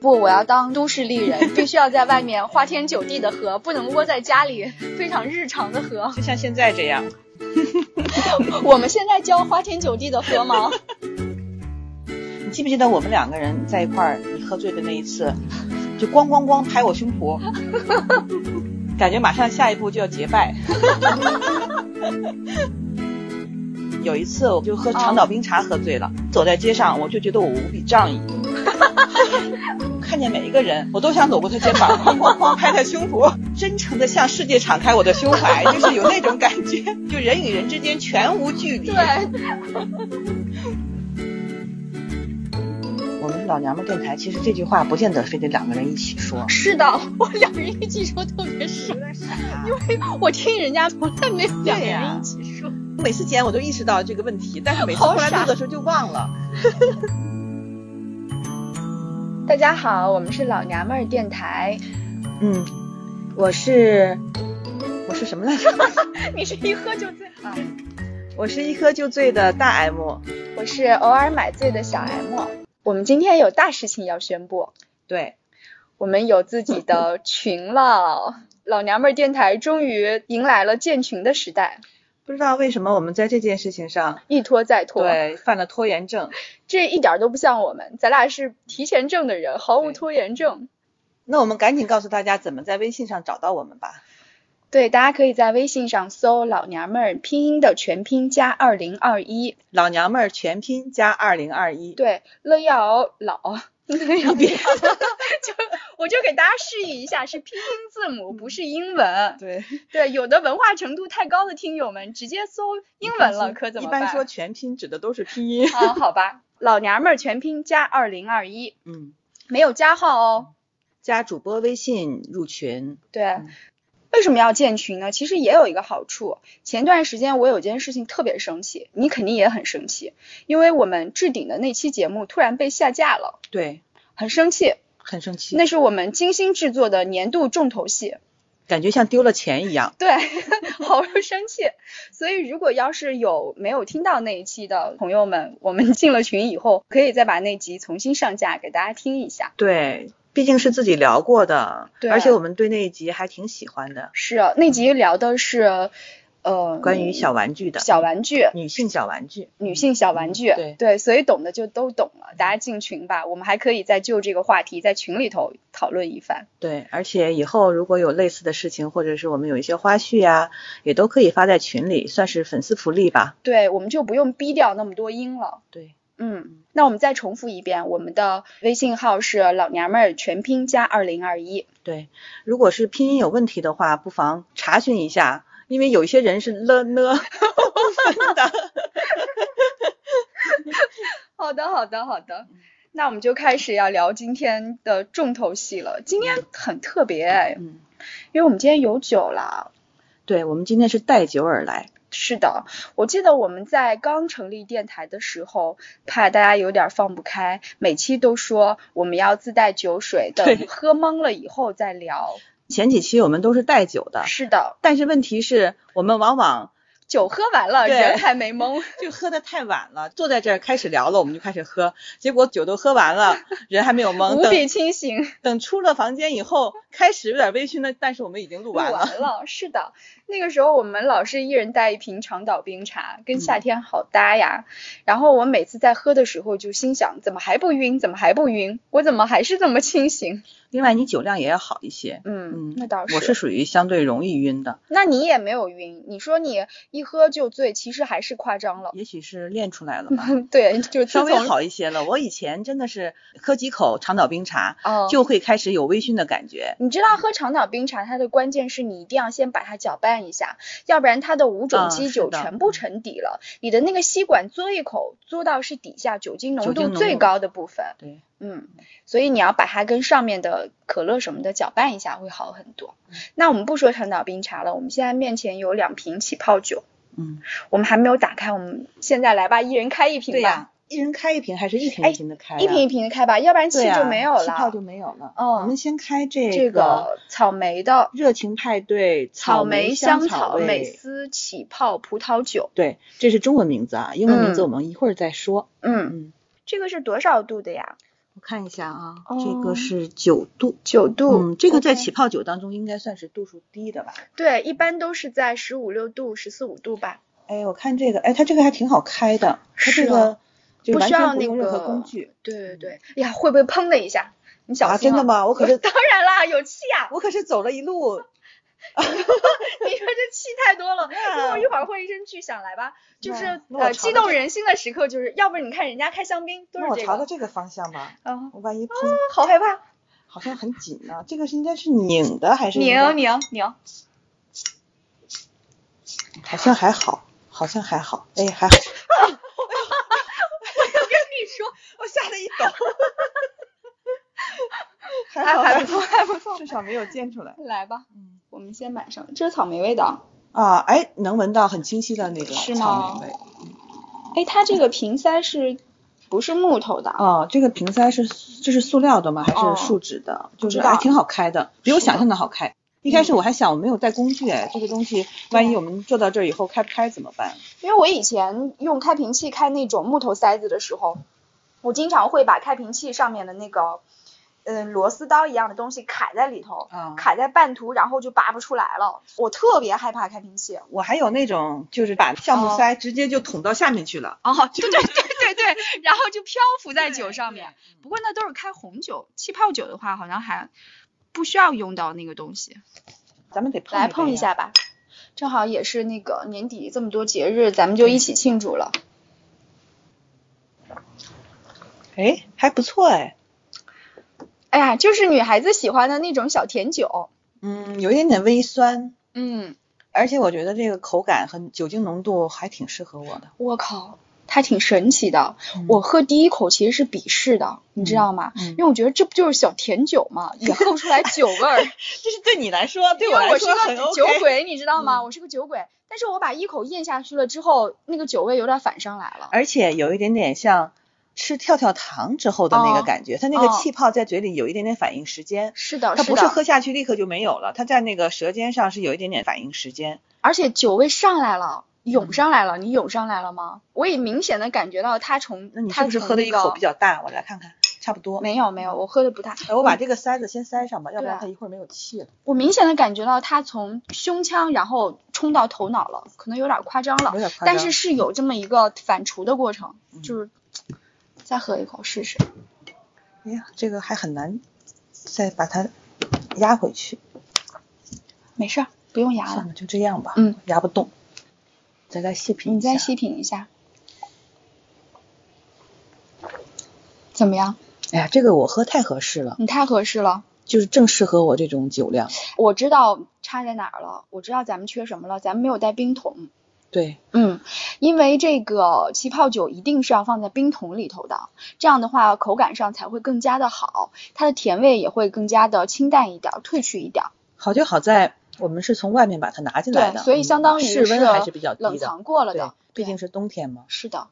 不，我要当都市丽人，必须要在外面花天酒地的喝，不能窝在家里非常日常的喝。就像现在这样，我们现在教花天酒地的喝吗？ 你记不记得我们两个人在一块儿，你喝醉的那一次，就咣咣咣拍我胸脯，感觉马上下一步就要结拜。有一次我就喝长岛冰茶喝醉了，走在街上我就觉得我无比仗义，看见每一个人我都想走过他肩膀，咣咣咣拍他胸脯，真诚的向世界敞开我的胸怀，就是有那种感觉，就人与人之间全无距离。对，我们是老娘们电台，其实这句话不见得非得两个人一起说。是的，我两人一起说特别傻，因为我听人家从来没有两个人一起说。每次剪我都意识到这个问题，但是每次好后来傻录的时候就忘了。大家好，我们是老娘们儿电台，嗯，我是我是什么来着？ 你是一喝就醉啊，我是一喝就醉的大 M。我是偶尔买醉的小 M。我们今天有大事情要宣布，对，我们有自己的群了。 老娘们儿电台终于迎来了建群的时代，不知道为什么我们在这件事情上一拖再拖。对犯了拖延症。这一点儿都不像我们，咱俩是提前症的人，毫无对拖延症。那我们赶紧告诉大家怎么在微信上找到我们吧。对，大家可以在微信上搜“老娘们儿”拼音的全拼加二零二一。老娘们儿全拼加二零二一。对，乐瑶老，乐瑶 别， 就我就给大家示意一下，是拼音字母，不是英文。对，对，有的文化程度太高的听友们直接搜英文了，可怎么办？一般说全拼指的都是拼音。 啊，好吧，老娘们儿全拼加二零二一，嗯，没有加号哦。加主播微信入群。对，为什么要建群呢？其实也有一个好处。前段时间我有件事情特别生气，你肯定也很生气，因为我们置顶的那期节目突然被下架了，对，很生气。很生气，那是我们精心制作的年度重头戏，感觉像丢了钱一样。对， 好生气。所以如果要是有没有听到那一期的朋友们，我们进了群以后，可以再把那集重新上架给大家听一下。对，毕竟是自己聊过的，对而且我们对啊那一集还挺喜欢的，是啊，那集聊的是，呃，关于小玩具的，小玩具，女性小玩具。女性小玩具，对所以懂的就都懂了，大家进群吧，我们还可以再就这个话题在群里头讨论一番。对，而且以后如果有类似的事情，或者是我们有一些花絮呀、也都可以发在群里，算是粉丝福利吧。对，我们就不用逼掉那么多音了。对，嗯，那我们再重复一遍，我们的微信号是老娘们儿全拼加二零二一。对，如果是拼音有问题的话，不妨查询一下，因为有一些人是了呢不分的。好的，好的，好的。嗯那我们就开始要聊今天的重头戏了。今天很特别哎，嗯，因为我们今天有酒了。对，我们今天是带酒而来。是的，我记得我们在刚成立电台的时候，怕大家有点放不开，每期都说我们要自带酒水，等对喝懵了以后再 聊。前几期我们都是带酒的，是的，但是问题是我们往往酒喝完了，对人还没懵。就喝的太晚了，坐在这儿开始聊了，我们就开始喝，结果酒都喝完了，人还没有懵。无比等清醒，等出了房间以后，开始有点微醺的，但是我们已经录录完了。了。是的，那个时候我们老是一人带一瓶长岛冰茶，跟嗯夏天好搭呀。然后我每次在喝的时候就心想，怎么还不晕？怎么还不晕？我怎么还是这么清醒？另外，你酒量也要好一些。嗯，嗯那倒我是属于相对容易晕的，那你也没有晕，你说你一喝就醉，其实还是夸张了。也许是练出来 了吧，对，就自稍微从好一些了。我以前真的是喝几口长岛冰茶，哦，就会开始有微醺的感觉。你知道喝长岛冰茶，它的关键是你一定要先把它搅拌一下，要不然它的五种嗯基是酒的全部沉底了，你的那个吸管嘬一口，嘬到是底下酒精浓酒度精浓最度高的部分。对，嗯，所以你要把它跟上面的可乐什么的搅拌一下，会好很多。嗯那我们不说长岛冰茶了，我们现在面前有两瓶起泡酒，嗯，我们还没有打开，我们现在来吧，一人开一瓶吧。对呀、一人开一瓶还是一瓶哎一瓶的开、啊一瓶一。瓶的开吧，要不然气对呀、啊就没有气泡了。就没有了。嗯我们先开这这个草莓的热情派对草莓莓香草草味美思起泡葡萄酒，对，这是中文名字啊，英文名字嗯我们一会儿再说。嗯，嗯，这个是多少度的呀？我看一下啊，哦这个是九度。九度，嗯，这个在 OK 起泡酒当中应该算是度数低的吧？对，一般都是在十五六度、十四五度吧。哎，我看这个，哎，它这个还挺好开的，它是这个就不完需要全不那用任何个工具。嗯对对对，呀，会不会砰的一下？你小啊，心、真的？吗？我可是当然啦，有气啊！ 我可是走了一路，你说这气太多了， 那如果一会儿会一声巨响来吧，就是那那我呃尝激尝动这人心的时刻，就是要不然你看人家开香槟都那是我这朝着个，这个方向吧，啊，我万一碰，好害怕，好像很紧呢、这个是应该是拧的还是？拧拧 拧，好像还好，好像还好，哎，还好。我跟你说，我吓得一 抖。还还好还不错，，还不错，至少没有溅出来。来吧，嗯我们先买上，这是草莓味道。啊，哎，能闻到很清晰的那个是草吗莓味。哎，它这个瓶塞是不是木头的啊？哦，这个瓶塞是这是塑料的吗？哦还是树脂的？不就知是道还挺好开的，比我是的嗯想象的好开。一开始我还想我没有带工具哎，这个东西万一我们做到这儿以后开不开怎么办？因为我以前用开瓶器开那种木头塞子的时候，我经常会把开瓶器上面的那个，嗯，螺丝刀一样的东西卡在里头，啊卡在半途，然后就拔不出来了。我特别害怕开瓶器。我还有那种就是把橡木哦塞直接就捅到下面去了。哦，对对对对对，然后就漂浮在酒上面。对。不过那都是开红酒，气泡酒的话好像还不需要用到那个东西。咱们得碰来杯碰一呀。下吧，正好也是那个年底这么多节日，咱们就一起庆祝了。哎，还不错哎。哎呀，就是女孩子喜欢的那种小甜酒。嗯，有一点点微酸，嗯，而且我觉得这个口感和酒精浓度还挺适合我的。我靠，它挺神奇的。我喝第一口其实是鄙视的，你知道吗？嗯因为我觉得这不就是小甜酒吗？也喝不出来酒味 儿。这是对你来说，对因为来我是说很个 OK。嗯酒鬼，你知道吗？我是个酒鬼，但是我把一口咽下去了之后，那个酒味有点反上来了。而且有一点点像吃跳跳糖之后的那哦个感觉，它那个哦气泡在嘴里有一点点反应时间，是的，它是不是的，喝下去立刻就没有了，它在那个舌尖上是有一点点反应时间。而且酒味上来了，涌嗯上来了，你涌上来了吗？我也明显的感觉到它从那你是它不是从喝的那一个口比较大？我来看看，差不多。没有没有，我喝的不太。哎，我把这个塞子先塞上吧，要不对然啊它一会儿没有气了。我明显的感觉到它从胸腔然后冲到头脑了，可能有点夸张了，有点哦夸张但是是有这么一个反刍的过程，嗯就是再喝一口试试。哎呀，这个还很难再把它压回去，没事儿，不用牙算了，了，就这样吧。嗯，压不动，再来细品你一下。再细品一下，怎么样？哎呀，这个我喝太合适了，你太合适了，就是正适合我这种酒量。我知道差在哪儿了，我知道咱们缺什么了，咱们没有带冰桶。对，嗯，因为这个气泡酒一定是要放在冰桶里头的，这样的话口感上才会更加的好，它的甜味也会更加的清淡一点儿，褪去一点儿。好就好在我们是从外面把它拿进来的，对，所以相当于嗯室温还是比较低冷的，藏过了对的，，毕竟对是冬天嘛。是的。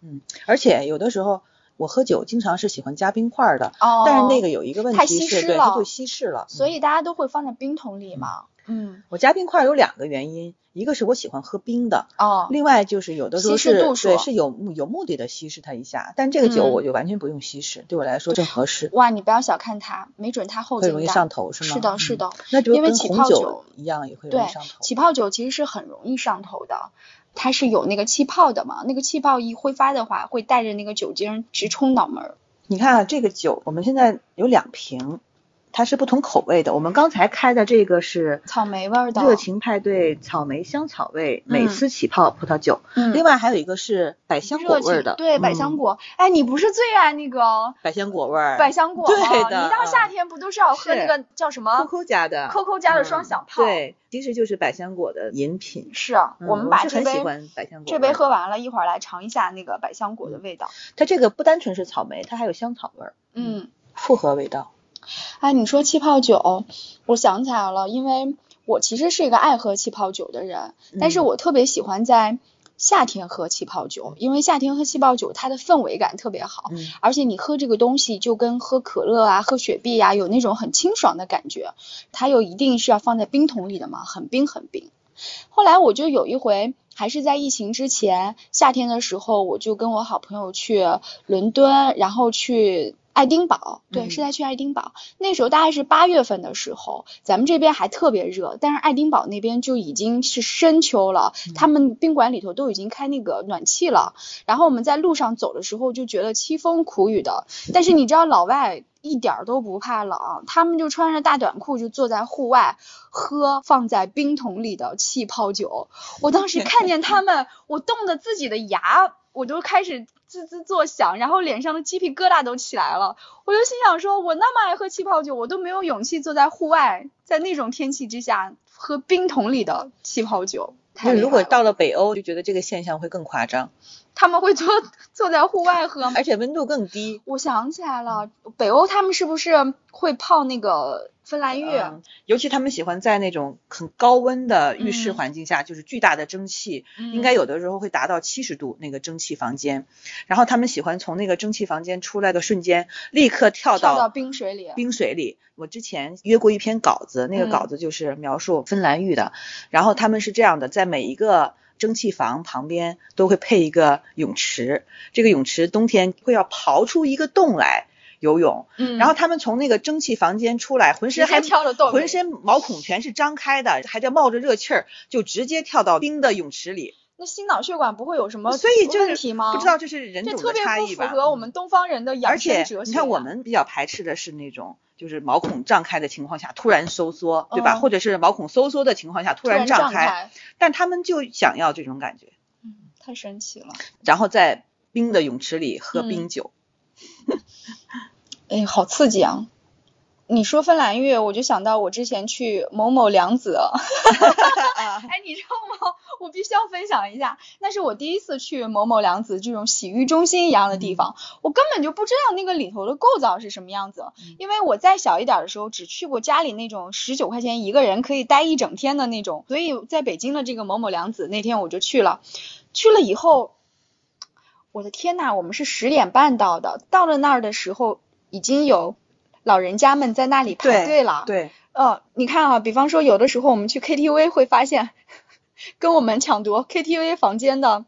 而且有的时候我喝酒经常是喜欢加冰块儿的，哦，但是那个，有一个问太题稀是释对了它就稀释了，所嗯以大家都会放在冰桶里嘛。嗯，我加冰块儿有两个原因，一个是我喜欢喝冰的。哦，另外就是有的时候稀释是度数对是有目有目的的稀释它一下，但这个酒嗯我就完全不用稀释，对我来说正合适，哇，你不要小看它，没准它后会容劲易大。上头是吗？是的，是的嗯，，那就因为跟起红泡酒酒一样也会容对易上，头。起泡酒其实是很容易上头的，它是有那个气泡的嘛，那个气泡一挥发的话，会带着那个酒精直冲脑门儿。你看啊，这个酒我们现在有两瓶，它是不同口味的。我们刚才开的这个是草莓味儿的热情派对草莓香草味嗯美思起泡葡萄酒，嗯，另外还有一个是百香果热味儿情的，对百香嗯、果，哎，你不是最爱那个百香果味儿，百香果吗？对的嗯你一到夏天不都是要喝那是个叫什么 QQ 家的 Coco 家的双响炮？嗯，对，其实就是百香果的饮品。是啊嗯我们把是这很喜杯欢百香果这味杯儿喝完了，一会儿来尝一下那个百香果的味道。它这个不单纯是草莓，它还有香草味儿，嗯。复合味道。哎，你说气泡酒，我想起来了，因为我其实是一个爱喝气泡酒的人，但是嗯我特别喜欢在夏天喝气泡酒，因为夏天喝气泡酒它的氛围感特别好，嗯，而且你喝这个东西就跟喝可乐啊、喝雪碧啊有那种很清爽的感觉，它又一定是要放在冰桶里的嘛，很冰很冰。后来我就有一回，还是在疫情之前，夏天的时候，我就跟我好朋友去伦敦，然后去爱丁堡，对，嗯是在去爱丁堡。那时候大概是八月份的时候，咱们这边还特别热，但是爱丁堡那边就已经是深秋了，他们宾馆里头都已经开那个暖气了。然后我们在路上走的时候就觉得凄风苦雨的，但是你知道老外一点儿都不怕冷，他们就穿着大短裤就坐在户外喝放在冰桶里的气泡酒。我当时看见他们，我冻得自己的牙我都开始吱吱作响，然后脸上的鸡皮疙瘩都起来了。我就心想说，我那么爱喝气泡酒，我都没有勇气坐在户外，在那种天气之下喝冰桶里的气泡酒。太那厉如果害了到了北欧，就觉得这个现象会更夸张，他们会坐坐在户外喝吗？而且温度更低。我想起来了，北欧他们是不是会泡那个芬兰浴？嗯，尤其他们喜欢在那种很高温的浴室嗯环境下，就是巨大的蒸汽，嗯应该有的时候会达到七十度那个蒸汽房间，然后他们喜欢从那个蒸汽房间出来的瞬间，立刻跳跳到到冰水里。冰水里。我之前约过一篇稿子，那嗯个稿子就是描述芬兰浴的，然后他们是这样的，在每一个蒸汽房旁边都会配一个泳池，这个泳池冬天会要刨出一个洞来游泳，嗯然后他们从那个蒸汽房间出来，浑身直接还跳了洞里浑身毛孔全是张开的，还在冒着热气儿，就直接跳到冰的泳池里。那心脑血管不会有什么所以就是问题吗？不知道这是人这种特的别差不异符吧？合我们东方人的而养且生哲学、啊你看，我。们比较排斥的是那种就是毛孔胀开的情况下突然收缩，对吧？嗯或者是毛孔收缩的情况下突突然然胀胀开，，但他们就想要这种感觉，嗯，太神奇了。然后在冰的泳池里喝嗯冰酒。哎，好刺激啊！你说芬兰浴，我就想到我之前去某某良子，啊哎，你知道吗？我必须要分享一下，那是我第一次去某某良子这种洗浴中心一样的嗯地方，我根本就不知道那个里头的构造是什么样子，嗯因为我再小一点的时候只去过家里那种十九块钱一个人可以待一整天的那种，所以在北京的这个某某良子那天我就去了，去了以后，我的天呐，我们是十点半到的，到了那儿的时候已经有老人家们在那里排对队了，对，呃，你看啊，比方说有的时候我们去 KTV 会发现，跟我们抢夺 KTV 房间的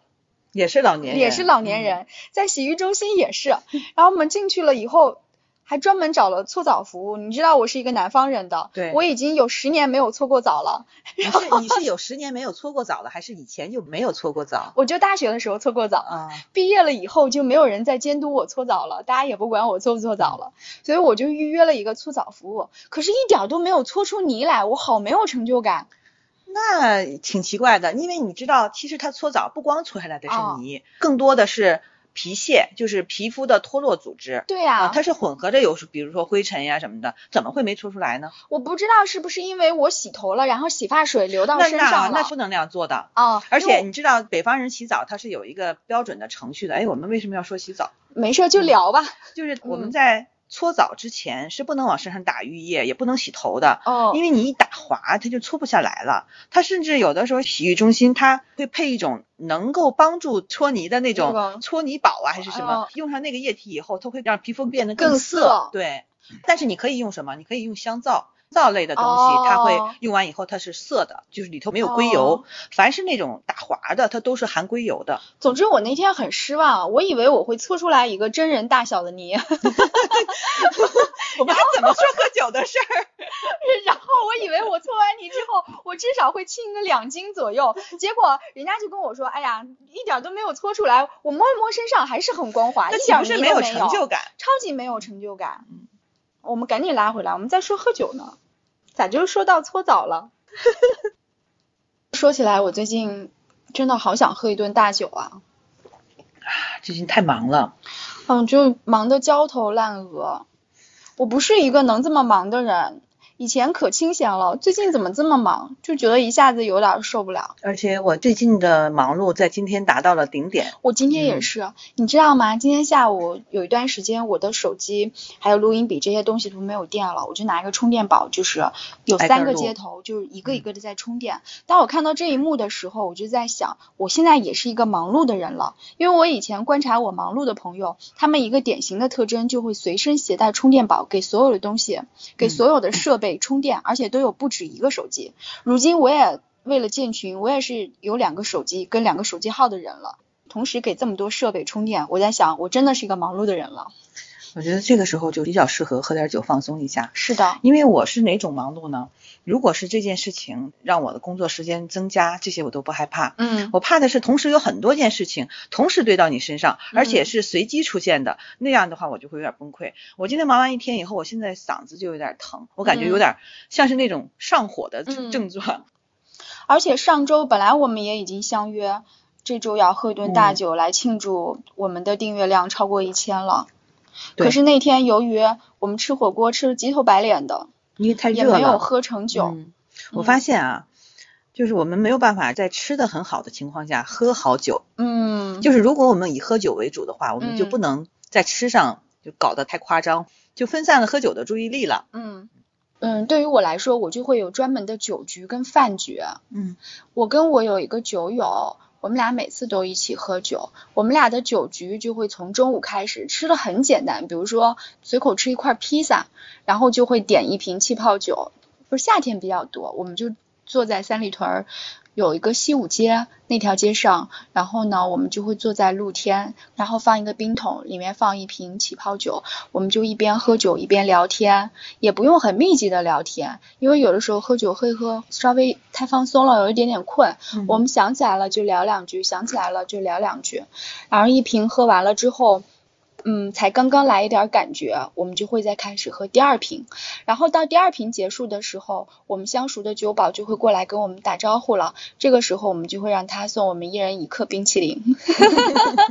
也是老年人，嗯也是老年人，在洗浴中心也是。然后我们进去了以后，还专门找了搓澡服务。你知道我是一个南方人的，对我已经有十年没有搓过澡了。 嗯。你是你是有十年没有搓过澡的，还是以前就没有搓过澡我就大学的时候搓过澡，啊？毕业了以后就没有人再监督我搓澡了，大家也不管我搓不搓澡了，嗯所以我就预约了一个搓澡服务，可是一点儿都没有搓出泥来，我好没有成就感。那挺奇怪的，因为你知道，其实它搓澡不光搓下来的是哦泥，更多的是皮屑，就是皮肤的脱落组织。对呀、啊，它是混合着有时，比如说灰尘呀、什么的，怎么会没搓出来呢？我不知道是不是因为我洗头了，然后洗发水流到那身那上那了不能那样做的。啊，而因为且你知道北方人洗澡它是有一个标准的程序的，哎，我们为什么要说洗澡？没事儿嗯就聊吧。就是我嗯们在搓澡之前是不能往身上打浴液，也不能洗头的，哦，因为你一打滑，它就搓不下来了。它甚至有的时候洗浴中心它会配一种能够帮助搓泥的那那个种搓泥宝啊，还是什么哦？用上那个液体以后，它会让皮肤变得更涩涩。对，但是你可以用什么？你可以用香皂。皂类的东哦西，它会用完以后它是涩的，就是里头没有硅哦油。凡是那种打滑的，它都是含硅油 的。总之我那天很失望，我以为我会搓出来一个真人大小的泥， 我们还怎么说喝酒的事儿？然后我以为我搓完泥之后，我至少会轻个两斤左右，结果人家就跟我说，哎呀，一点儿都没有搓出来，我摸一摸身上还是很光滑，一那岂点儿不是泥没都有没成就感？超级没有成就感。我们赶紧拉回来，我们再说喝酒呢，咋就说到搓澡了？ 说起来，我最近真的好想喝一顿大酒啊，最近太忙了，嗯，就忙得焦头烂额。我不是一个能这么忙的人，以前可清闲了，最近怎么这么忙，就觉得一下子有点受不了。而且我最近的忙碌在今天达到了顶点。我今天也嗯是，你知道吗？今天下午有一段时间，我的手机还有录音笔这些东西都没有电了，我就拿一个充电宝，就是有挨三个个录嗯接头，就是一个一个的在充电。当我看到这一幕的时候，我就在想，我现在也是一个忙碌的人了，因为我以前观察我忙碌的朋友，他们一个典型的特征就会随身携带充电宝，给所有的东西，给嗯所有的设备充电，而且都有不止一个手机。如今我也为了建群，我也是有两个手机跟两个手机号的人了。同时给这么多设备充电，我在想，我真的是一个忙碌的人了。我觉得这个时候就比较适合喝点酒放松一下。是的，因为我是哪种忙碌呢？如果是这件事情让我的工作时间增加，这些我都不害怕。嗯，我怕的是同时有很多件事情同时堆到你身上，嗯而且是随机出现的，那样的话我就会有点崩溃。我今天忙完一天以后，我现在嗓子就有点疼，我感觉嗯有点像是那种上火的嗯症症状。而且上周本来我们也已经相约，这周要喝一顿嗯大酒来庆祝我们的订阅量超过一千了。对可是那天由于我们吃火锅吃的急头白脸的，因为太也热了，没有喝成酒。嗯我发现啊，就是我们没有办法在吃的很好的情况下喝好酒。嗯，就是如果我们以喝酒为主的话，我们就嗯不能在吃上就搞得太夸张，就分散了喝酒的注意力了。嗯嗯，对于我来说，我就会有专门的酒局跟饭局。嗯，我跟我有一个酒友，我们俩每次都一起喝酒，我们俩的酒局就会从中午开始，吃的很简单，比如说随口吃一块披萨，然后就会点一瓶气泡酒，不是夏天比较多，我们就坐在三里屯儿。有一个西五街那条街上，然后呢，我们就会坐在露天，然后放一个冰桶，里面放一瓶起泡酒，我们就一边喝酒一边聊天，也不用很密集的聊天，因为有的时候喝酒喝一喝，稍微太放松了，有一点点困，嗯我们想起来了就聊两句，想起来了就聊两句，然后一瓶喝完了之后。嗯，才刚刚来一点感觉，我们就会再开始喝第二瓶，然后到第二瓶结束的时候，我们相熟的酒保就会过来跟我们打招呼了。这个时候，我们就会让他送我们一人一克冰淇淋。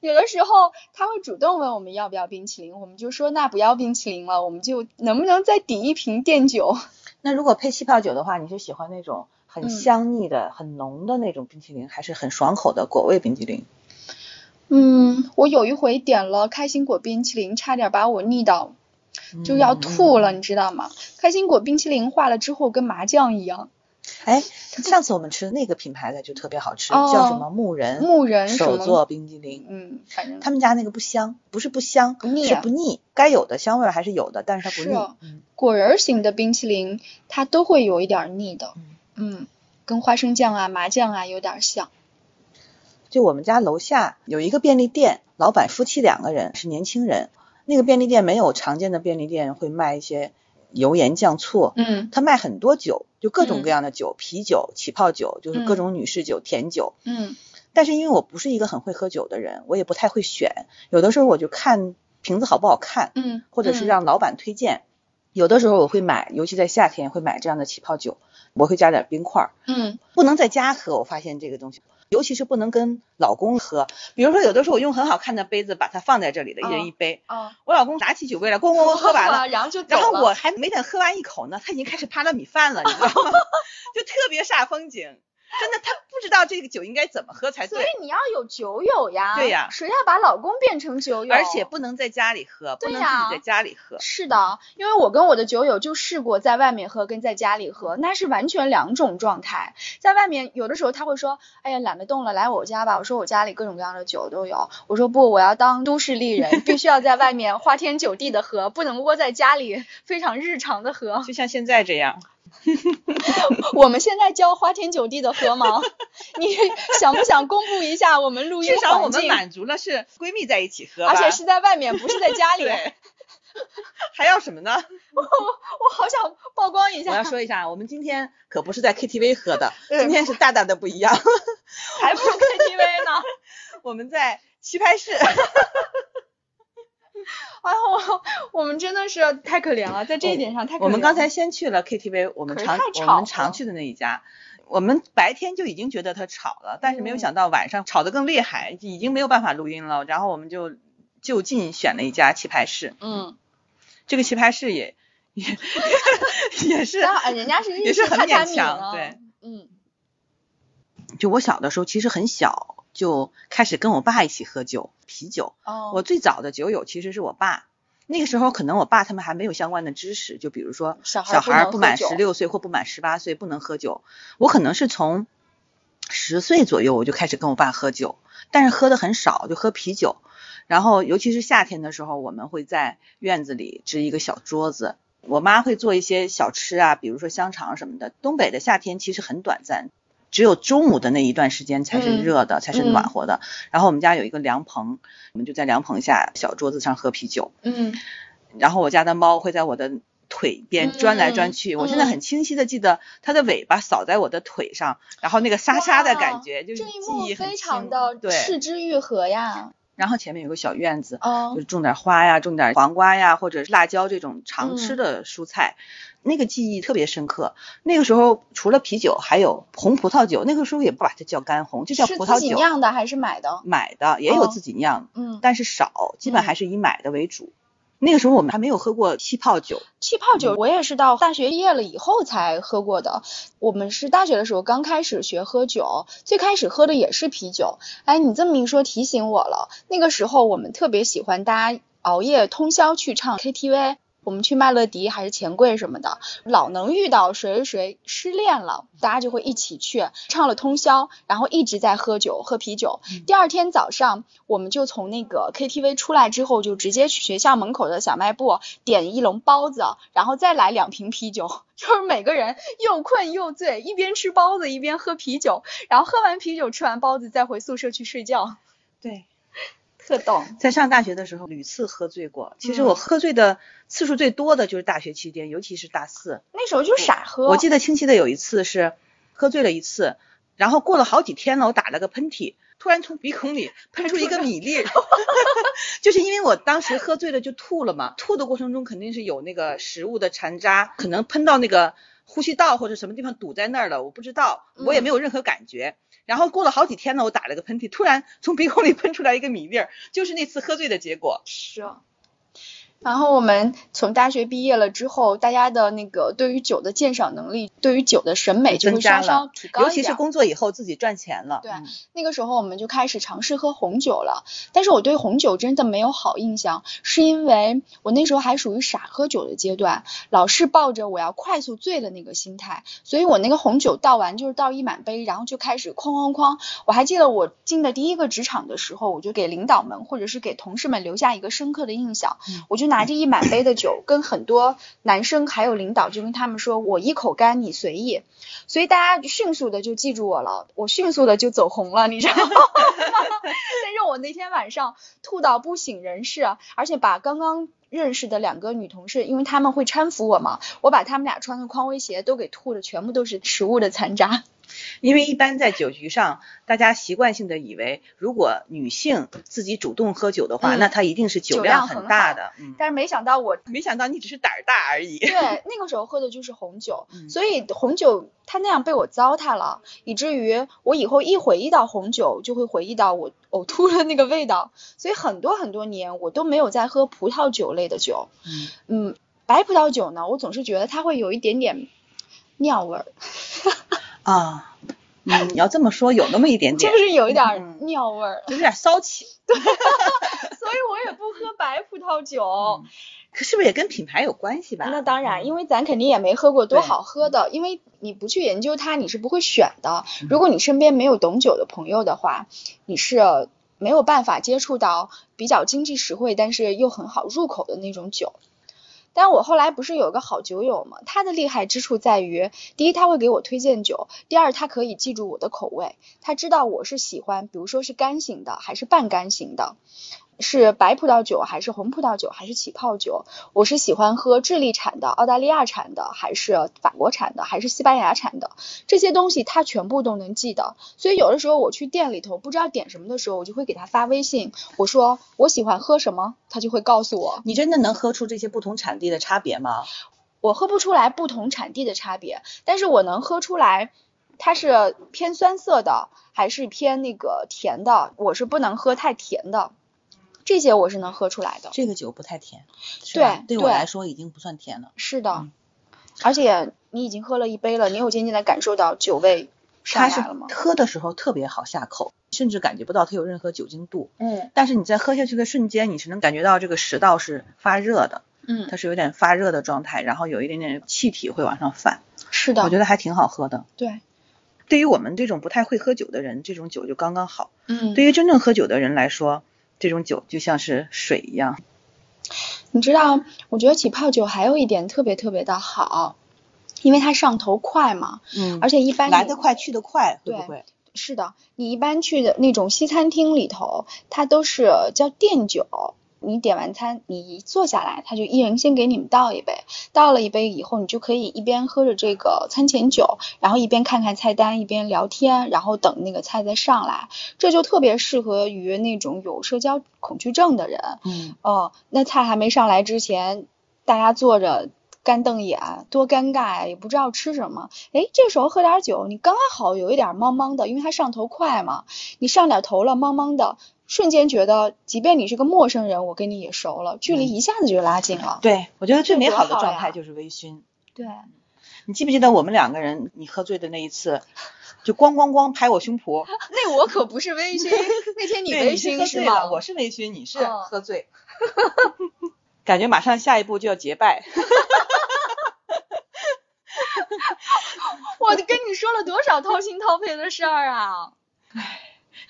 有的时候他会主动问我们要不要冰淇淋，我们就说那不要冰淇淋了，我们就能不能再抵一瓶电酒？那如果配气泡酒的话，你是喜欢那种嗯很香腻的、很浓的那种冰淇淋，还是很爽口的果味冰淇淋？嗯，我有一回点了开心果冰淇淋，差点把我腻到就要吐了，嗯。嗯嗯你知道吗？开心果冰淇淋化了之后跟麻酱一样，哎，上次我们吃那个品牌的就特别好吃，哦叫什么牧人牧人什手么做冰激凌。嗯，反正他们家那个不香，不是不香，不腻是啊不腻，该有的香味儿还是有的，但是它不是腻。哦嗯果仁儿型的冰淇淋它都会有一点儿腻的，嗯，跟花生酱啊、麻酱啊有点儿像。就我们家楼下有一个便利店，老板夫妻两个人是年轻人，那个便利店没有常见的便利店会卖一些油盐酱醋，嗯他卖很多酒，就各种嗯各样的酒，啤酒、起泡酒，就是嗯各种女士酒、甜酒。嗯但是因为我不是一个很会喝酒的人，我也不太会选，有的时候我就看瓶子好不好看，嗯，或者是嗯让老板推荐。有的时候我会买，尤其在夏天会买这样的起泡酒，我会加点冰块儿。嗯不能在家喝，我发现这个东西，尤其是不能跟老公喝。比如说，有的时候我用很好看的杯子把它放在这里的，一人一杯，啊，我老公拿起酒杯来，咣咣咣喝完了。然后就走哦 然后了我还没等喝完一口呢，他已经开始扒拉米饭了，你知道吗？ 就特别煞风景，真的，他不知道这个酒应该怎么喝才所对以，你要有酒友呀，对呀谁要把老公变成酒友？而且不能在家里喝，不对能呀自己在家里喝。是的，因为我跟我的酒友就试过在外面喝跟在家里喝，那是完全两种状态。在外面有的时候他会说，哎呀懒得动了，来我家吧。我说我家里各种各样的酒都有。我说不，我要当都市丽 人，必须要在外面花天酒地的喝，不能窝在家里非常日常的喝。 就像现在这样，我们现在教花天酒地的喝吗？ 你想不想公布一下我们录音至少我环们境？满足了是闺蜜在一起喝吧，而且是在外面，不是在家里。啊对，还要什么呢？我好想曝光一我下要，说一下，我们今天可不是在 KTV 喝 的，嗯今天是大大的不一样，还不如 KTV 呢。我们在棋牌室。 哎呦，我我们真的是太可怜了，在这一点上太可怜了。我们刚才先去了 KTV，我们可是常太我吵们常了去的那一家。我们白天就已经觉得它吵了，但是没有嗯想到晚上吵得更厉害，已经没有办法录音了。然后我们就就近选了一家棋牌室，嗯，这个棋牌室也也 也是但哎人家是日也是式很榻榻勉米强呢对，嗯就我小的时候，其实很小就开始跟我爸一起喝酒，啤酒。哦，我最早的酒友其实是我爸，那个时候可能我爸他们还没有相关的知识，就比如说小孩小不孩能不喝满酒十六岁或不满十八岁不能喝酒，我可能是从十岁左右我就开始跟我爸喝酒，但是喝的很少，就喝啤酒。然后尤其是夏天的时候，我们会在院子里支一个小桌子。我妈会做一些小吃啊，比如说香肠什么的。东北的夏天其实很短暂，只有中午的那一段时间才嗯是热的，才是暖和的。然后我们家有一个凉棚，我们就在凉棚下小桌子上喝啤酒。嗯然后我家的猫会在我的腿边钻来钻去，嗯我现在很清晰的记得它的尾巴扫在我的腿上，然后那个沙沙的感觉，就是这记一幕忆很非清常的对嗤之愈合呀。然后前面有个小院子，就哦是种点花呀，种点黄瓜呀，或者是辣椒这种常嗯吃的蔬菜，那个记忆特别深刻。那个时候除了啤酒，还有红葡萄酒，那个时候也不把它叫干红，就叫葡是萄自己酒。酿的还是买的？买的也有哦自己酿，嗯，但是少，基本还是以买的为主。那个时候我们还没有喝过气泡酒，气泡酒我也是到大学毕业了以后才喝过的。我们是大学的时候刚开始学喝酒，最开始喝的也是啤酒。哎，你这么一说提醒我了，那个时候我们特别喜欢大家熬夜通宵去唱 KTV。我们去麦乐迪还是钱柜什么的，老能遇到谁谁谁失恋了，大家就会一起去唱了通宵，然后一直在喝酒喝啤酒。第二天早上，我们就从那个 KTV 出来之后，就直接去学校门口的小卖部点一笼包子，然后再来两瓶啤酒， 就是每个人又困又醉，一边吃包子一边喝啤酒，然后喝完啤酒吃完包子再回宿舍去睡觉，对，特逗。在上大学的时候屡次喝醉过。其实嗯我喝醉的次数最多的就是大学期间，尤其是大四。那时候就傻喝，啊我记得清晰的有一次是喝醉了一次，然后过了好几天了，我打了个喷嚏，突然从鼻孔 里喷出一个米粒儿， 就是因为我当时喝醉了就吐了嘛，吐的过程中肯定是有那个食物的残渣，可能喷到那个呼吸道或者什么地方堵在那儿了，我不知道，嗯我也没有任何感觉。然后过了好几天呢，我打了个喷嚏，突然从鼻孔里喷出来一个米粒儿，就是那次喝醉的结果。是。啊然后我们从大学毕业了之后，大家的那个对于酒的鉴赏能力，对于酒的审美就增会加稍了稍提，高一尤点。其是工作以后自己赚钱了，对嗯那个时候我们就开始尝试喝红酒了，但是我对红酒真的没有好印象，是因为我那时候还属于傻喝酒的阶段，老是抱着我要快速醉的那个心态，所以我那个红酒倒完就是倒一满杯，然后就开始哐哐哐。我还记得我进的第一个职场的时候，我就给领导们或者是给同事们留下一个深刻的印象，我就拿着一满杯的酒，跟很多男生还有领导就跟他们说，我一口干，你随意。所以大家就迅速的就记住我了，我迅速的就走红了，你知道吗？但是我那天晚上吐到不省人事，啊而且把刚刚认识的两个女同事，因为她们会搀扶我嘛，我把她们俩穿的匡威鞋都给吐的全部都是食物的残渣。因为一般在酒局上，大家习惯性的以为，如果女性自己主动喝酒的话，嗯那她一定是酒量很大的。嗯，但是没想到我没想到你只是胆儿大而已。对，那个时候喝的就是红酒，嗯所以红酒它那样被我糟蹋了，以至于我以后一回忆到红酒，就会回忆到我呕吐的那个味道。所以很多很多年我都没有再喝葡萄酒类的酒。嗯，嗯，白葡萄酒呢，我总是觉得它会有一点点尿味儿，啊，嗯，你要这么说，有那么一点就点，是有一点儿嗯尿味儿， 有点骚气。所以我也不喝白葡萄酒。嗯可是不是也跟品牌有关系吧？那当然，因为为咱肯定也没喝过多对好喝的，因为你不去研究它，你是不会选的。嗯如果你身边没有懂酒的朋友的话，你是没有办法接触到比较经济实惠，但是又很好入口的那种酒。但我后来不是有个好酒友嘛，他的厉害之处在于，第一他会给我推荐酒，第二他可以记住我的口味，他知道我是喜欢，比如说是干型的还是半干型的，是白葡萄酒还是红葡萄酒还是起泡酒，我是喜欢喝智利产的、澳大利亚产的，还是法国产的，还是西班牙产的，这些东西他全部都能记得。所以有的时候我去店里头不知道点什么的时候，我就会给他发微信，我说我喜欢喝什么，他就会告诉我。你真的能喝出这些不同产地的差别吗？我喝不出来不同产地的差别，但是我能喝出来它是偏酸涩的还是偏那个甜的，我是不能喝太甜的，这些我是能喝出来的。这个酒不太甜，是吧对我对来说已经不算甜了。是的嗯，而且你已经喝了一杯了，你有渐渐的感受到酒味它上是来了吗？喝的时候特别好下口，甚至感觉不到它有任何酒精度。嗯但是你在喝下去的瞬间，你是能感觉到这个食道是发热的，嗯，它是有点发热的状态，然后有一点点气体会往上反，是的，我觉得还挺好喝的。对，对于我们这种不太会喝酒的人，这种酒就刚刚好。嗯，对于真正喝酒的人来说，这种酒就像是水一样。你知道，我觉得起泡酒还有一点特别特别的好，因为它上头快嘛，嗯而且一般来你得快去得快，会不对会？是的，你一般去的那种西餐厅里头，它都是叫垫酒。你点完餐，你一坐下来，他就一人先给你们倒一杯。倒了一杯以后，你就可以一边喝着这个餐前酒，然后一边看看菜单，一边聊天，然后等那个菜再上来。这就特别适合于那种有社交恐惧症的人。嗯，哦，那菜还没上来之前，大家坐着干瞪眼，多尴尬呀，也不知道吃什么。诶，这时候喝点酒，你刚好有一点茫茫的，因为它上头快嘛，你上点头了，茫茫的，瞬间觉得，即便你是个陌生人，我跟你也熟了，距离一下子就拉近了。嗯对，我觉得最美这好的多好状呀态就是微醺。对，你记不记得我们两个人，你喝醉的那一次，就咣咣咣拍我胸脯，那我可不是微醺，那天你 对微是醺喝是醉吗？了我是微醺，你是嗯喝醉， 感觉马上下一步就要结拜。 我跟你说了多少掏心掏肺的事儿啊！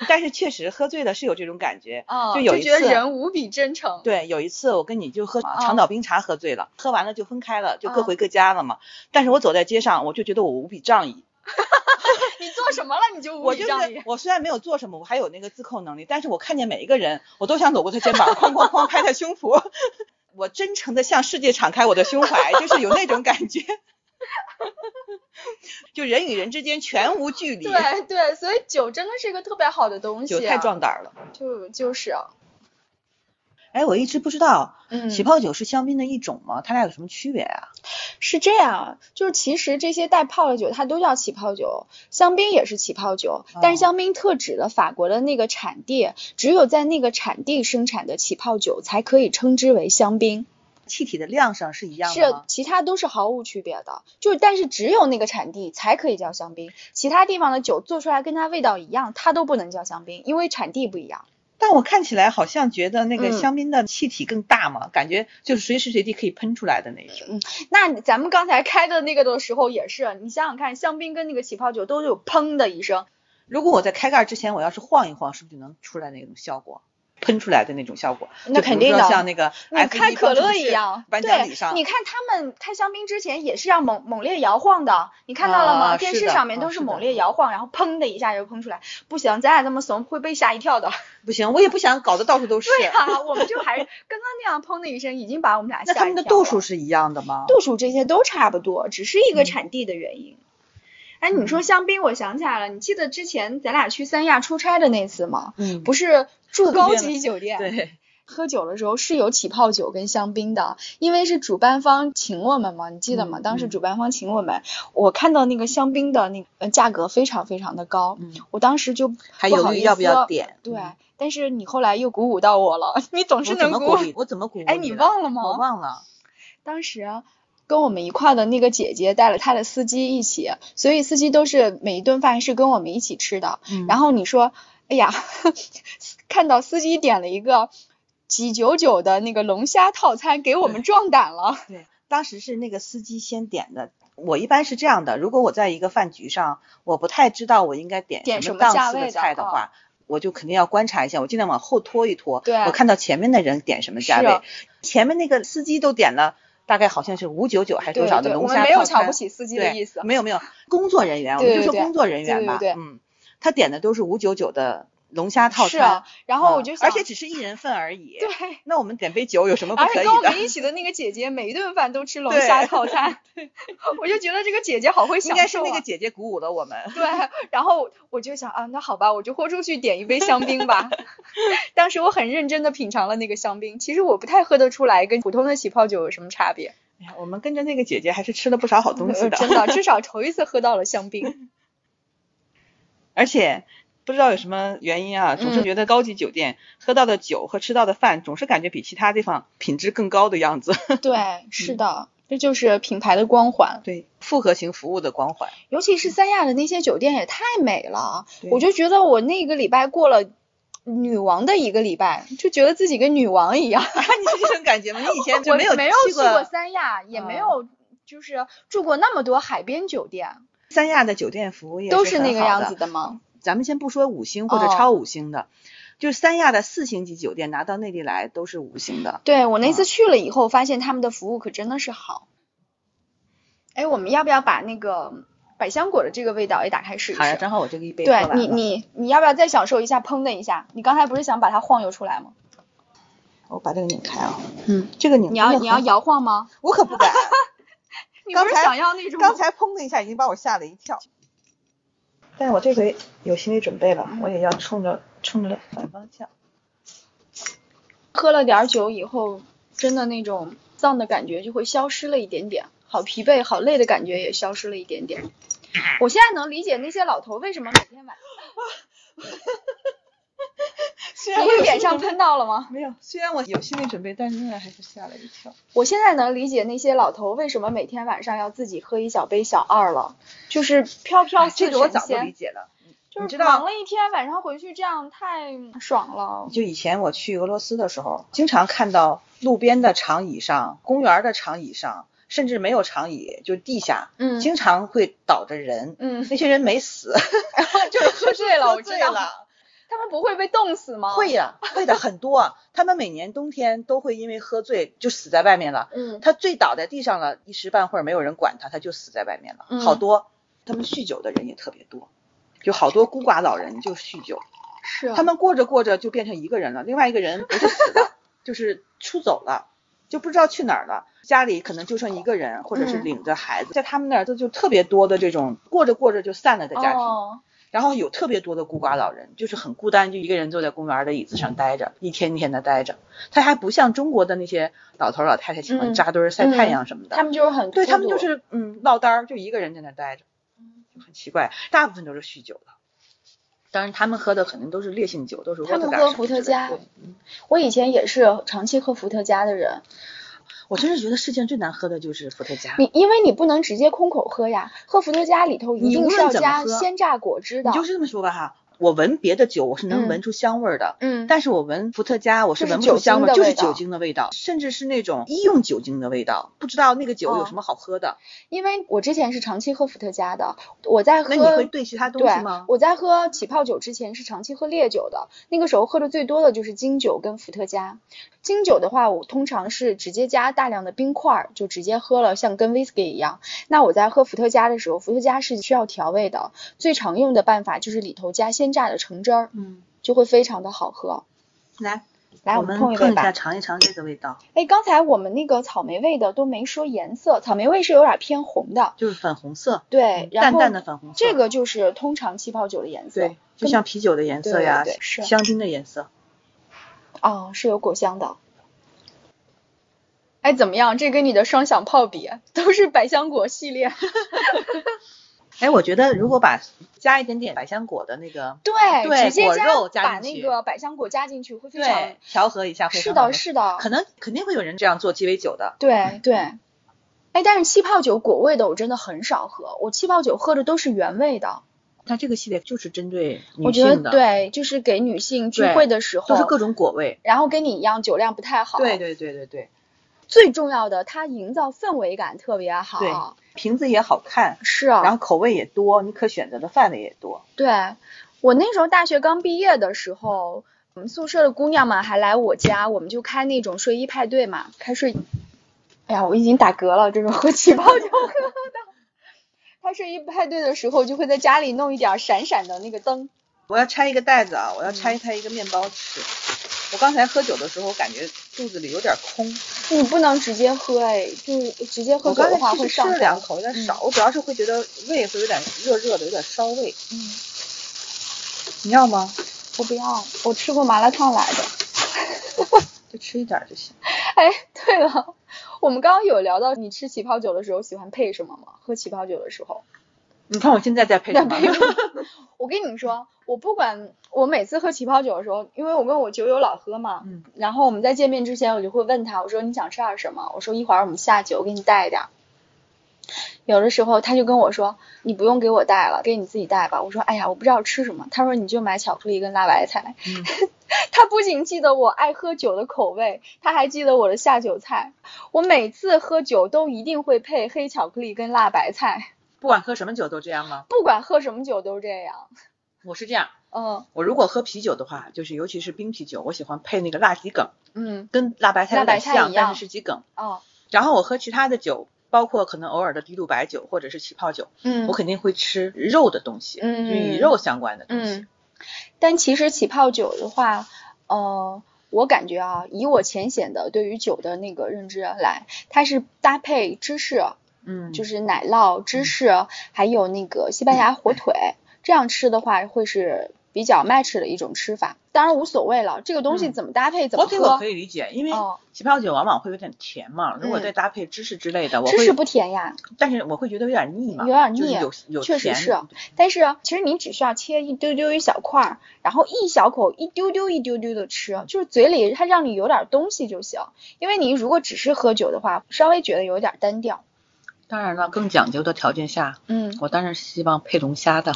但是确实喝醉了是有这种感觉。啊，就有一觉得次人无比真诚。对，有一次我跟你就喝哦长岛冰茶喝醉了，喝完了就分开了，就各哦回各家了嘛。但是我走在街上，我就觉得我无比仗义，你做什么了你就无我比就仗义是。我虽然没有做什么，我还有那个自控能力，但是我看见每一个人，我都想走过他肩膀，哐哐哐拍他胸脯， 我真诚的向世界敞开我的胸怀，就是有那种感觉。就人与人之间全无距离，对对，所以酒真的是一个特别好的东西、啊酒太，壮胆儿了。就就是啊，哎，我一直不知道嗯起泡酒是香槟的一种吗？它俩有什么区别啊？是这样啊，就是其实这些带泡的酒它都叫起泡酒，香槟也是起泡酒，但是哦香槟特指的法国的那个产地，只有在那个产地生产的起泡酒才可以称之为香槟，气体的量上是一样的是吗？其他都是毫无区别的，就是但是只有那个产地才可以叫香槟，其他地方的酒做出来跟它味道一样，它都不能叫香槟，因为产地不一样。但我看起来好像觉得那个嗯香槟的气体更大嘛，感觉就是随时随地可以喷出来的那嗯种。那你咱们刚才开的那个的时候也是，你想想看，香槟跟那个起泡酒都有砰的一声，如果我在开盖之前，我要是晃一晃，是不是就能出来那种效果？喷出来的那种效果，那就比如肯定说的像那个你 F1 开可乐一样。颁对奖礼，上，你看他们开香槟之前也是要猛猛烈摇晃的，你看到了吗？啊电是视的上面啊都是是的猛烈摇晃，然后砰的一下就喷出来。不行，咱俩这么怂会被吓一跳的。不行，我也不想搞得到处都是。对啊，我们就还是刚刚那样砰的一声，已经把我们俩吓那一跳了。他们的度数是一样的吗？度数这些都差不多，只是一个嗯产地的原因。哎，你说香槟，我想起来了，你记得之前咱俩去三亚出差的那次吗？嗯，不是是住高级酒店，对，喝酒的时候是有起泡酒跟香槟的，因为是主办方请我们嘛，你记得吗？嗯当时嗯主办方请我们，我看到那个香槟的那个呃价格非常非常的高，嗯，我当时就还不好犹豫意要不思要点？对嗯，但是你后来又鼓舞到我了， 你总是我怎能鼓么鼓舞。励？我怎么鼓励 的？哎，你忘了吗？我忘了。当时啊跟我们一块的那个姐姐带了她的司机一起，所以司机都是每一顿饭是跟我们一起吃的。然后后你说，哎呀， 看到司机点了一个几九九的那个龙虾套餐，给我们壮胆了。对，当时是那个司机先点的。我一般是这样的，如果我在一个饭局上，我不太知道我应该点点什什么么档价次位的的哦菜的话，我就肯定要观察一下，我尽量往后拖一拖。对我看到前面的人点什么价是位，前面那个司机都点了，大概好像是五九九还是对多少的对，龙我虾们套餐。没有瞧不起司机的对嗯意思。没有没有，工作人员，我们对就对说对工作人员吧，对对对嗯，他点的都是五九九的龙虾套餐，是啊，然后我嗯就想，而且只是一人份而已。对，那我们点杯酒有什么不而可且以跟我的们？一起的那个姐姐，每一顿饭 都吃龙对虾套餐，我就觉得这个姐姐好会应享该是受啊。那个姐姐鼓舞了我们。 对，然后我就想啊，那好吧，我就豁出去点一杯香槟吧。 当时我很认真的品尝了那个香槟，其实我不太喝得出来跟普通的起泡酒有什么差别，哎呀，我们跟着那个姐姐还是吃了不少好东西呃的，真 的，至少头一次喝到了香槟。而且不知道有什么原因啊，总是嗯觉得高级酒店、喝到的酒和吃到的饭，总是感觉比其他地方品质更高的样子。 对，是的，这就是品牌的光环，对，复合型服务的光环。尤其是三亚的那些酒店也太美了，对我就觉得我那个礼拜过了。女王的一个礼拜，就觉得自己跟女王一样。你是这种感觉吗？你以前就 我没有没有去过三亚，也没嗯有就是住过那么多海边酒店，三亚的酒店服务业都是那很个好样的子的吗？咱们先不说五星或者哦超五星的，就是三亚的四星级酒店拿到内地来都是五星的。对我那嗯次去了以后，发现他们的服务可真的是好。哎，我们要不要把那个百香果的这个味道也打开试一好呀，试？正好我这个一杯喝对完你，了你你要不要再享受一下砰的一下？你刚才不是想把它晃悠出来吗？我把这个拧开啊，嗯，这个拧你要真的你要很，摇晃吗？我可不敢。 你不刚是才想要那种？刚才砰的一下，已经把我吓了一跳。但是我这回有心理准备了，我也要冲着冲着反方向。喝了点儿酒以后，真的那种丧的感觉就会消失了一点点，好疲惫、好累的感觉也消失了一点点。我现在能理解那些老头为什么每天 晚虽上，然你我有有脸上心理喷到了吗？没有，虽然我有心理准备，但是仍然还是吓了一跳。我现在能理解那些老头为什么每天晚上要自己喝一小杯小二了，就是飘飘哎似这个我早就理仙，解了。就你是知忙道，了一天晚上回去这样太爽了。就以前我去俄罗斯的时候，经常看到路边的长椅上、公园的长椅上，甚至没有长椅，就地下，嗯经常会倒着人。嗯，那些人没 死，就是喝醉了，喝我知醉道。了。他们不会被冻死吗？会，呀、会的很多啊。他们每年冬天都会因为喝醉就死在外面了。嗯，他醉倒在地上了，一时半会儿没有人管他，他就死在外面了。嗯好多，他们酗酒的人也特别多，就好多孤寡老人就酗酒，是啊他们过着过着就变成一个人了，另外一个人不是死了， 就是出走了。就不知道去哪儿了，家里可能就剩一个人，或者是嗯领着孩子，在他们那儿就就特别多的这种过着过着就散了的家庭，哦然后有特别多的孤寡老人，就是很孤单，就一个人坐在公园的椅子上待着，一天一天的待着。他还不像中国的那些老头老太太喜嗯欢扎堆儿晒太阳什么的，他们就是很对孤他们独就是嗯落单儿，就一个人在那儿待着，嗯就很奇怪。大部分都是酗酒的，当然他们喝的肯定都是烈性酒，都是他们 vodka 喝什么伏特之类的加对我以前也是长期喝伏特加的人，我真是觉得世界上最难喝的就是伏特加，你因为你不能直接空口喝呀，喝伏特加里头一你定无是论要怎么加喝鲜榨果汁的。你就是这么说吧哈。我闻别的酒，我是能嗯闻出香味儿的，嗯，但是我闻伏特加，我是就是闻不酒出香精味，的就味是道酒精的味道，甚至是那种医用酒精的味道，不知道那个酒哦有什么好喝的。因为我之前是长期喝伏特加的，我在喝那你会对其他东西对吗？我在喝起泡酒之前是长期喝烈酒的，那个时候喝的最多的就是金酒跟伏特加。金酒的话，我通常是直接加大量的冰块儿，就直接喝了，像跟 whisky 一样。那我在喝伏特加的时候，伏特加是需要调味的，最常用的办法就是里头加鲜榨的橙汁儿，嗯，就会非常的好喝。来，来，我我们碰一碰杯一下，吧。尝一尝这个味道，哎，刚才我们那个草莓味的都没说颜色，草莓味是有点偏红的，就是粉红色，对，然嗯淡后淡的粉红色，这个就是通常气泡酒的颜色。对，就像啤酒的颜色呀对对对，是香槟的颜色。哦，是有果香的。哎，怎么样？这跟你的双响炮比，都是百香果系列。哎，我觉得如果把加一点点百香果的那个，对， 对直接果加肉加把进那去个百香果加进去会非常对。，调和一下会是很好的，喝是的，可能肯定会有人这样做鸡尾酒的。对对。哎，但是气泡酒果味的我真的很少喝，我气泡酒喝的都是原味的。它这个系列就是针对我女觉性得的，，对，就是给女性聚对会的时候，都是各种果味。然后跟你一样酒量不太好。对。对对对对。最重要的，它营造氛围感特别好。对，瓶子也好看，是啊。然后口味也多，你可选择的范围也多。对，我那时候大学刚毕业的时候，我们宿舍的姑娘们还来我家，我们就开那种睡衣派对嘛，开睡。哎呀，我已经打嗝了，这种喝起 泡酒喝的。开睡衣派对的时候，就会在家里弄一点儿闪闪的那个灯。我要拆一个袋子啊，我要拆开一个面包吃。我刚才喝酒的时候，感觉肚子里有点空。你不能直接喝哎，就直接喝我酒刚的话才会其实吃上了火两口，有点少。我主要是会觉得胃会有点热热的，有点烧胃。嗯，你要吗？我不要，我吃过麻辣烫来的。就吃一点儿就行。哎，对了，我们刚刚有聊到你吃起泡酒的时候喜欢配什么吗？喝起泡酒的时候。你看我现在在 配什么？我跟你说，我不管我每次喝起泡酒的时候，因为我跟我酒友老喝嘛，嗯，然后我们在见面之前，我就会问他，我说你想吃点什么？我说一会儿我们下酒，我给你带一点儿。有的时候他就跟我说，你不用给我带了，给你自己带吧。我说，哎呀，我不知道吃什么。他说你就买巧克力跟辣白菜。嗯 他不仅记得我爱喝酒的口味，他还记得我的下酒菜。我每次喝酒都一定会配黑巧克力跟辣白菜，不管喝什么酒都这样吗？不管喝什么酒都这样。我是这样，嗯我如果喝啤酒的话，就是尤其是冰啤酒，我喜欢配那个辣鸡梗，嗯跟辣白菜辣有点白菜像一，样但是是鸡梗。哦。然后我喝其他的酒，包括可能偶尔的低度白酒或者是起泡酒，嗯我肯定会吃肉的东西，嗯就与肉相关的东西。嗯，但其实起泡酒的话，呃，我感觉啊，以我浅显的对于酒的那个认知来，它是搭配芝士，嗯就是奶酪、芝士，还有那个西班牙火腿，这样吃的话会是比较 match 的一种吃法。当然无所谓了，这个东西嗯怎么搭配、怎么火腿我喝可，以理解，因为哦起泡酒往往会有点甜嘛，如果嗯再搭配芝士之类的，我芝士会，不甜呀。但是我会觉得有点腻嘛，有点就是腻有有确实甜是啊但是其实你只需要切一丢丢一小块儿，然后一小口一丢丢一丢丢的吃，啊就是嘴里它让你有点东西就行。因为你如果只是喝酒的话，稍微觉得有点单调。当然了，更讲究的条件下，嗯，我当然是希望配龙虾 的，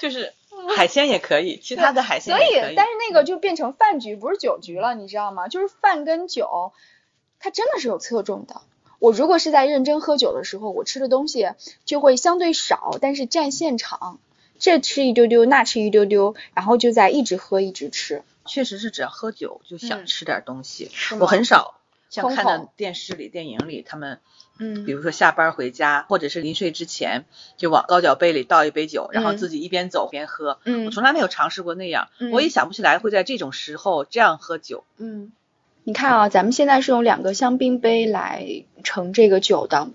就是海鲜也可以，其他的海鲜所也可以但是那个就变成饭局，不是酒局了，你知道吗？就是饭跟酒，它真的是有侧重的。我如果是在认真喝酒的时候，我吃的东西就会相对少，但是占现场，这吃一丢丢，那吃一丢丢，然后就在一直喝一直吃。确实是只要喝酒就想嗯吃点东西，是我吗很少。像空看到口电视里、电影里，他们嗯比如说下班回家，或者是临睡之前，就往高脚杯里倒一杯酒，然后嗯自己一边走边喝。嗯我从来没有尝试过那样，嗯我也想不起来会在这种时候这样喝酒。嗯，你看啊，咱们现在是用两个香槟杯来盛这个酒的，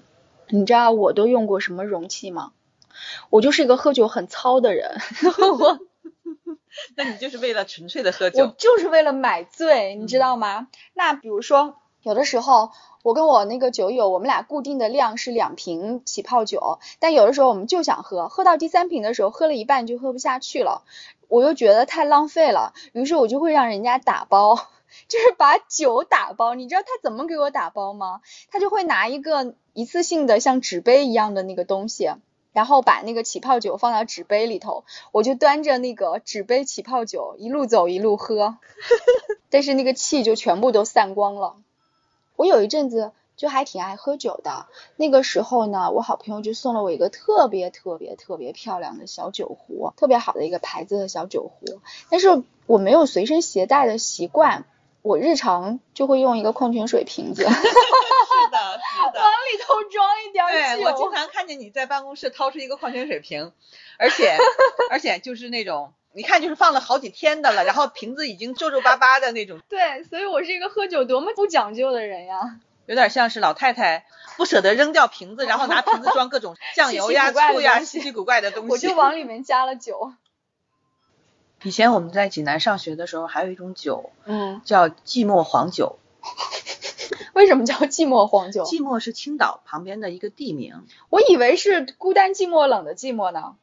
你知道我都用过什么容器吗？我就是一个喝酒很糙的人，我那你就是为了纯粹的喝我酒，嗯就是为了买醉，你知道吗？那比如说，有的时候我跟我那个酒友，我们俩固定的量是两瓶起泡酒，但有的时候我们就想喝，喝到第三瓶的时候，喝了一半就喝不下去了，我又觉得太浪费了，于是我就会让人家打包。 就是把酒打包，你知道他怎么给我打包吗？他就会拿一个一次性的像纸杯一样的那个东西，然后把那个起泡酒放到纸杯里头，我就端着那个纸杯起泡酒一路走一路喝， 但是那个气就全部都散光了。我有一阵子就还挺爱喝酒的，那个时候呢，我好朋友就送了我一个特别特别特别漂亮的小酒壶，特别好的一个牌子的小酒壶，但是我没有随身携带的习惯。我日常就会用一个矿泉水瓶子 往里是的，是 的。头装一点儿对，我经酒，常看见你在办公室掏出一个矿泉水瓶，而且而且就是那种一看就是放了好几天的了，然后瓶子已经皱皱巴巴的那种，对，所以我是一个喝酒多么不讲究的人呀。有点像是老太太不舍得扔掉瓶子，然后拿瓶子装各种酱油稀呀、奇古怪的醋呀、东西稀奇古怪的东西。我就往里面加了酒。以前我们在济南上学的时候，还有一种酒 嗯，叫寂寞黄酒， 为什么叫寂寞黄酒？寂寞是青岛旁边的一个地名。我以为是孤单寂寞冷的寂寞呢。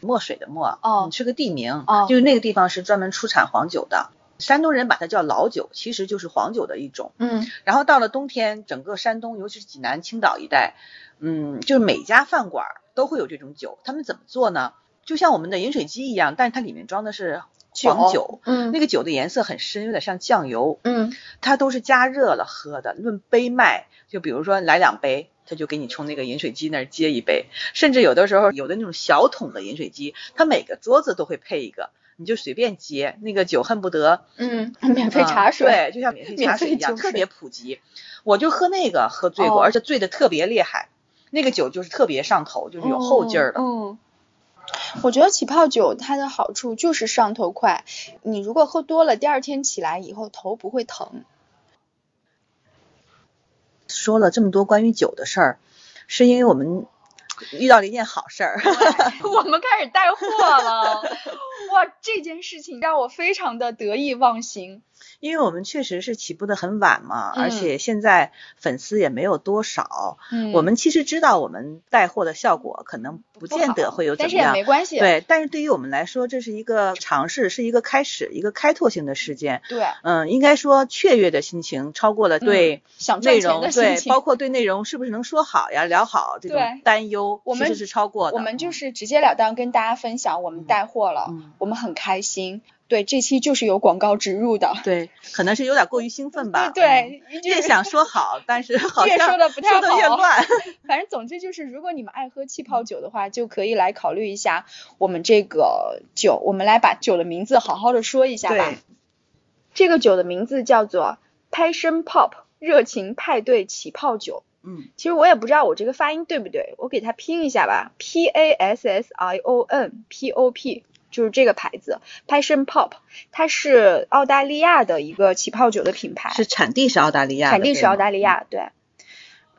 墨水的墨，哦嗯是个地名，哦就是那个地方是专门出产黄酒的。山东人把它叫老酒，其实就是黄酒的一种。嗯然后到了冬天，整个山东，尤其是济南、青岛一带，嗯，就是每家饭馆儿都会有这种酒。他们怎么做呢？就像我们的饮水机一样，但是它里面装的是黄酒，嗯那个酒的颜色很深，有点像酱油。嗯它都是加热了喝的，论杯卖，就比如说来两杯，他就给你从那个饮水机那儿接一杯，甚至有的时候有的那种小桶的饮水机，它每个桌子都会配一个，你就随便接，那个酒恨不得嗯， 啊免费茶水。嗯对，就像免费茶水一样，免费酒水特别普及。我就喝那个喝醉过，哦而且醉的特别厉害，那个酒就是特别上头，就是有后劲儿的。嗯。嗯我觉得起泡酒它的好处就是上头快，你如果喝多了，第二天起来以后头不会疼。说了这么多关于酒的事儿，是因为我们遇到了一件好事儿。 我们开始带货了， 哇，这件事情让我非常的得意忘形。因为我们确实是起步的很晚嘛，嗯而且现在粉丝也没有多少。嗯我们其实知道我们带货的效果可能不不见好得会有但怎是么也样。没关系。对，但是对于我们来说，这是一个尝试，是一个开始，一个开拓性的事件。对，嗯，应该说雀跃的心情超过嗯了对想赚内钱容，的心对，情包。括对内容是不是能说好呀、聊好这种对担忧，我其们实是超过的。我们就是直截了当跟大家分享，我们带货了，嗯我们很开心。对，这期就是有广告植入的。对，可能是有点过于兴奋吧。对 对，一嗯，越句想说好，但是好像越说的不太说的越好 乱。嗯反正总之就是，如果你们爱喝气泡酒的话，就可以来考虑一下我们这个酒。我们来把酒的名字好好的说一下吧对。这个酒的名字叫做 Passion Pop 热情派对起泡酒。嗯，其实我也不知道我这个发音对不对，我给它拼一下吧，P A S S I O N P O P，就是这个牌子，Passion Pop，它是澳大利亚的一个起泡酒的品牌，是产地是澳大利亚的，产地是对吗嗯澳大利亚，对。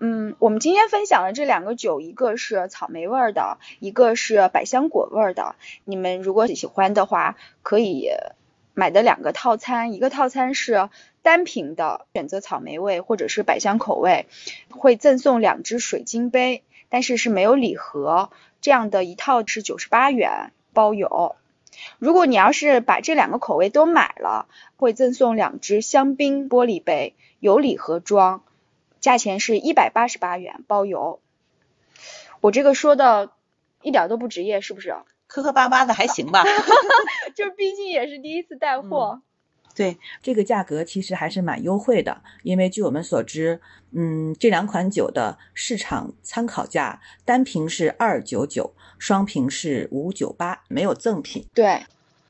嗯，我们今天分享的这两个酒，一个是草莓味儿的，一个是百香果味儿的。你们如果喜欢的话，可以买的两个套餐，一个套餐是单瓶的，选择草莓味或者是百香口味，会赠送两只水晶杯，但是是没有礼盒，这样的一套是九十八元包邮。如果你要是把这两个口味都买了，会赠送两只香槟玻璃杯，有礼盒装，价钱是一百八十八元包邮。我这个说的一点都不职业，是不是？啊磕磕巴巴的还行吧。 就是毕竟也是第一次带货。对， 这个价格其实还是蛮优惠的，因为据我们所知，嗯，这两款酒的市场参考价单瓶是二九九，双瓶是五九八，没有赠品。对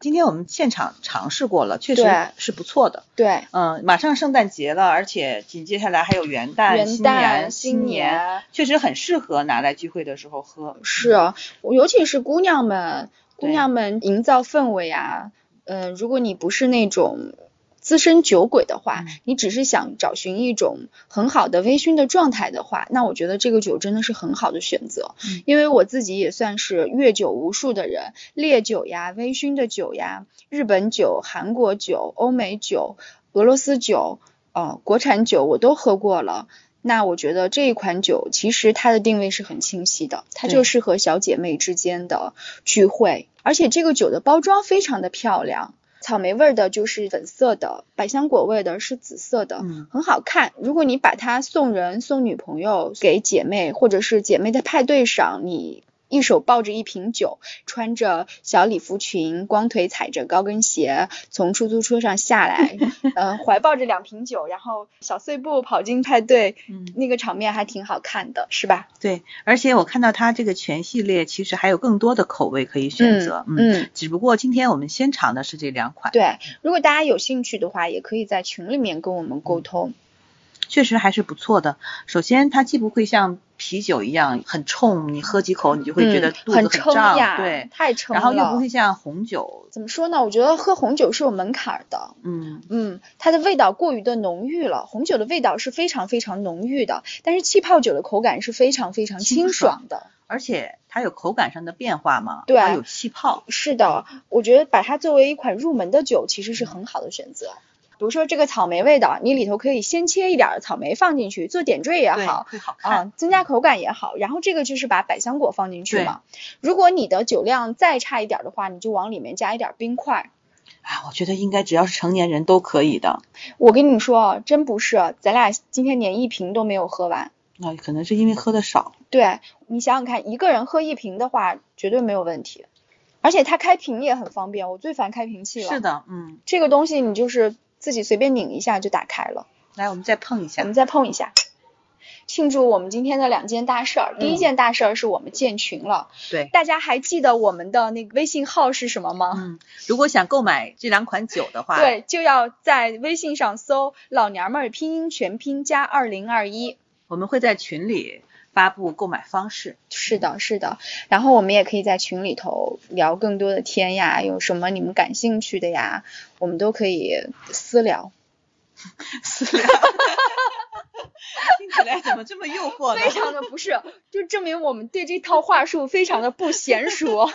今天我们现场尝试过了，确实对是不错的。对，嗯，马上圣诞节了，而且紧接下来还有元旦、元旦、新年、哎新新年，年确实很适合拿来聚会的时候喝。是，啊尤其是姑娘们，姑对娘们营造氛围啊。嗯、如果你不是那种资深酒鬼的话，你只是想找寻一种很好的微醺的状态的话，那我觉得这个酒真的是很好的选择。因为我自己也算是阅酒无数的人，烈酒呀、微醺的酒呀、日本酒、韩国酒、欧美酒、俄罗斯酒，呃，国产酒我都喝过了。那我觉得这一款酒其实它的定位是很清晰的，它就对适合小姐妹之间的聚会，而且这个酒的包装非常的漂亮。草莓味儿的就是粉色的，百香果味的是紫色的，嗯很好看。如果你把它送人、送女朋友、给姐妹，或者是姐妹的派对上，你一手抱着一瓶酒，穿着小礼服裙，光腿踩着高跟鞋从出租车上下来，呃，怀抱着两瓶酒，然后小碎步跑进派对，嗯，那个场面还挺好看的，是吧？对，而且我看到它这个全系列其实还有更多的口味可以选择。嗯，嗯，只不过今天我们先尝的是这两款，对，如果大家有兴趣的话，也可以在群里面跟我们沟通。嗯确实还是不错的。首先，它既不会像啤酒一样很冲，你喝几口你就会觉得嗯肚子撑胀，呀，对，太撑了。然后又不会像红酒，怎么说呢？我觉得喝红酒是有门槛儿的，嗯，嗯，它的味道过于的浓郁了，红酒的味道是非常非常浓郁的，但是气泡酒的口感是非常非常清清爽爽的。而且它有口感上的变化嘛，对它有气泡，是的，嗯我觉得把它作为一款入门的酒，其实是很好的选择。嗯比如说这个草莓味道，你里头可以先切一点儿草莓放进去做点缀也对，好，会好看，啊，增加口感也好。然后这个就是把百香果放进去对嘛。如果你的酒量再差一点儿的话，你就往里面加一点儿冰块，啊，我觉得应该只要是成年人都可以的。我跟你说啊，真不是，咱俩今天连一瓶都没有喝完。那、可能是因为喝的少，对你想想看，一个人喝一瓶的话，绝对没有问题。而且它开瓶也很方便，我最烦开瓶器了。是，的，嗯，这个东西你就是自己随便拧一下就打开了。来，我们再碰一我下们，再碰一下，庆祝我们今天的两件大事儿。第一件大事儿是我们建群了，嗯对，大家还记得我们的那个微信号是什么吗？嗯，如果想购买这两款酒的话，，对，就要在微信上搜“老娘们儿”拼音全拼加二零二一。我们会在群里发布购买方式。是的，是的。然后我们也可以在群里头聊更多的天呀，有什么你们感兴趣的呀，我们都可以私聊。私聊， 听起来怎么这么诱惑非呢？常的不是，就证明我们对这套话术非常的不娴熟。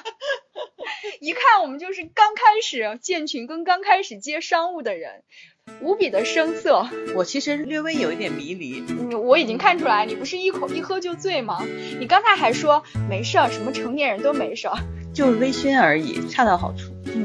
一看我们就是刚开始建群跟刚开始接商务的人，无比的生涩。我其实略微有一点迷离，你我已经看出来，你不是一口一喝就醉吗？你刚才还说没事儿，什么成年人都没事儿。就是微醺而已，恰到好处。嗯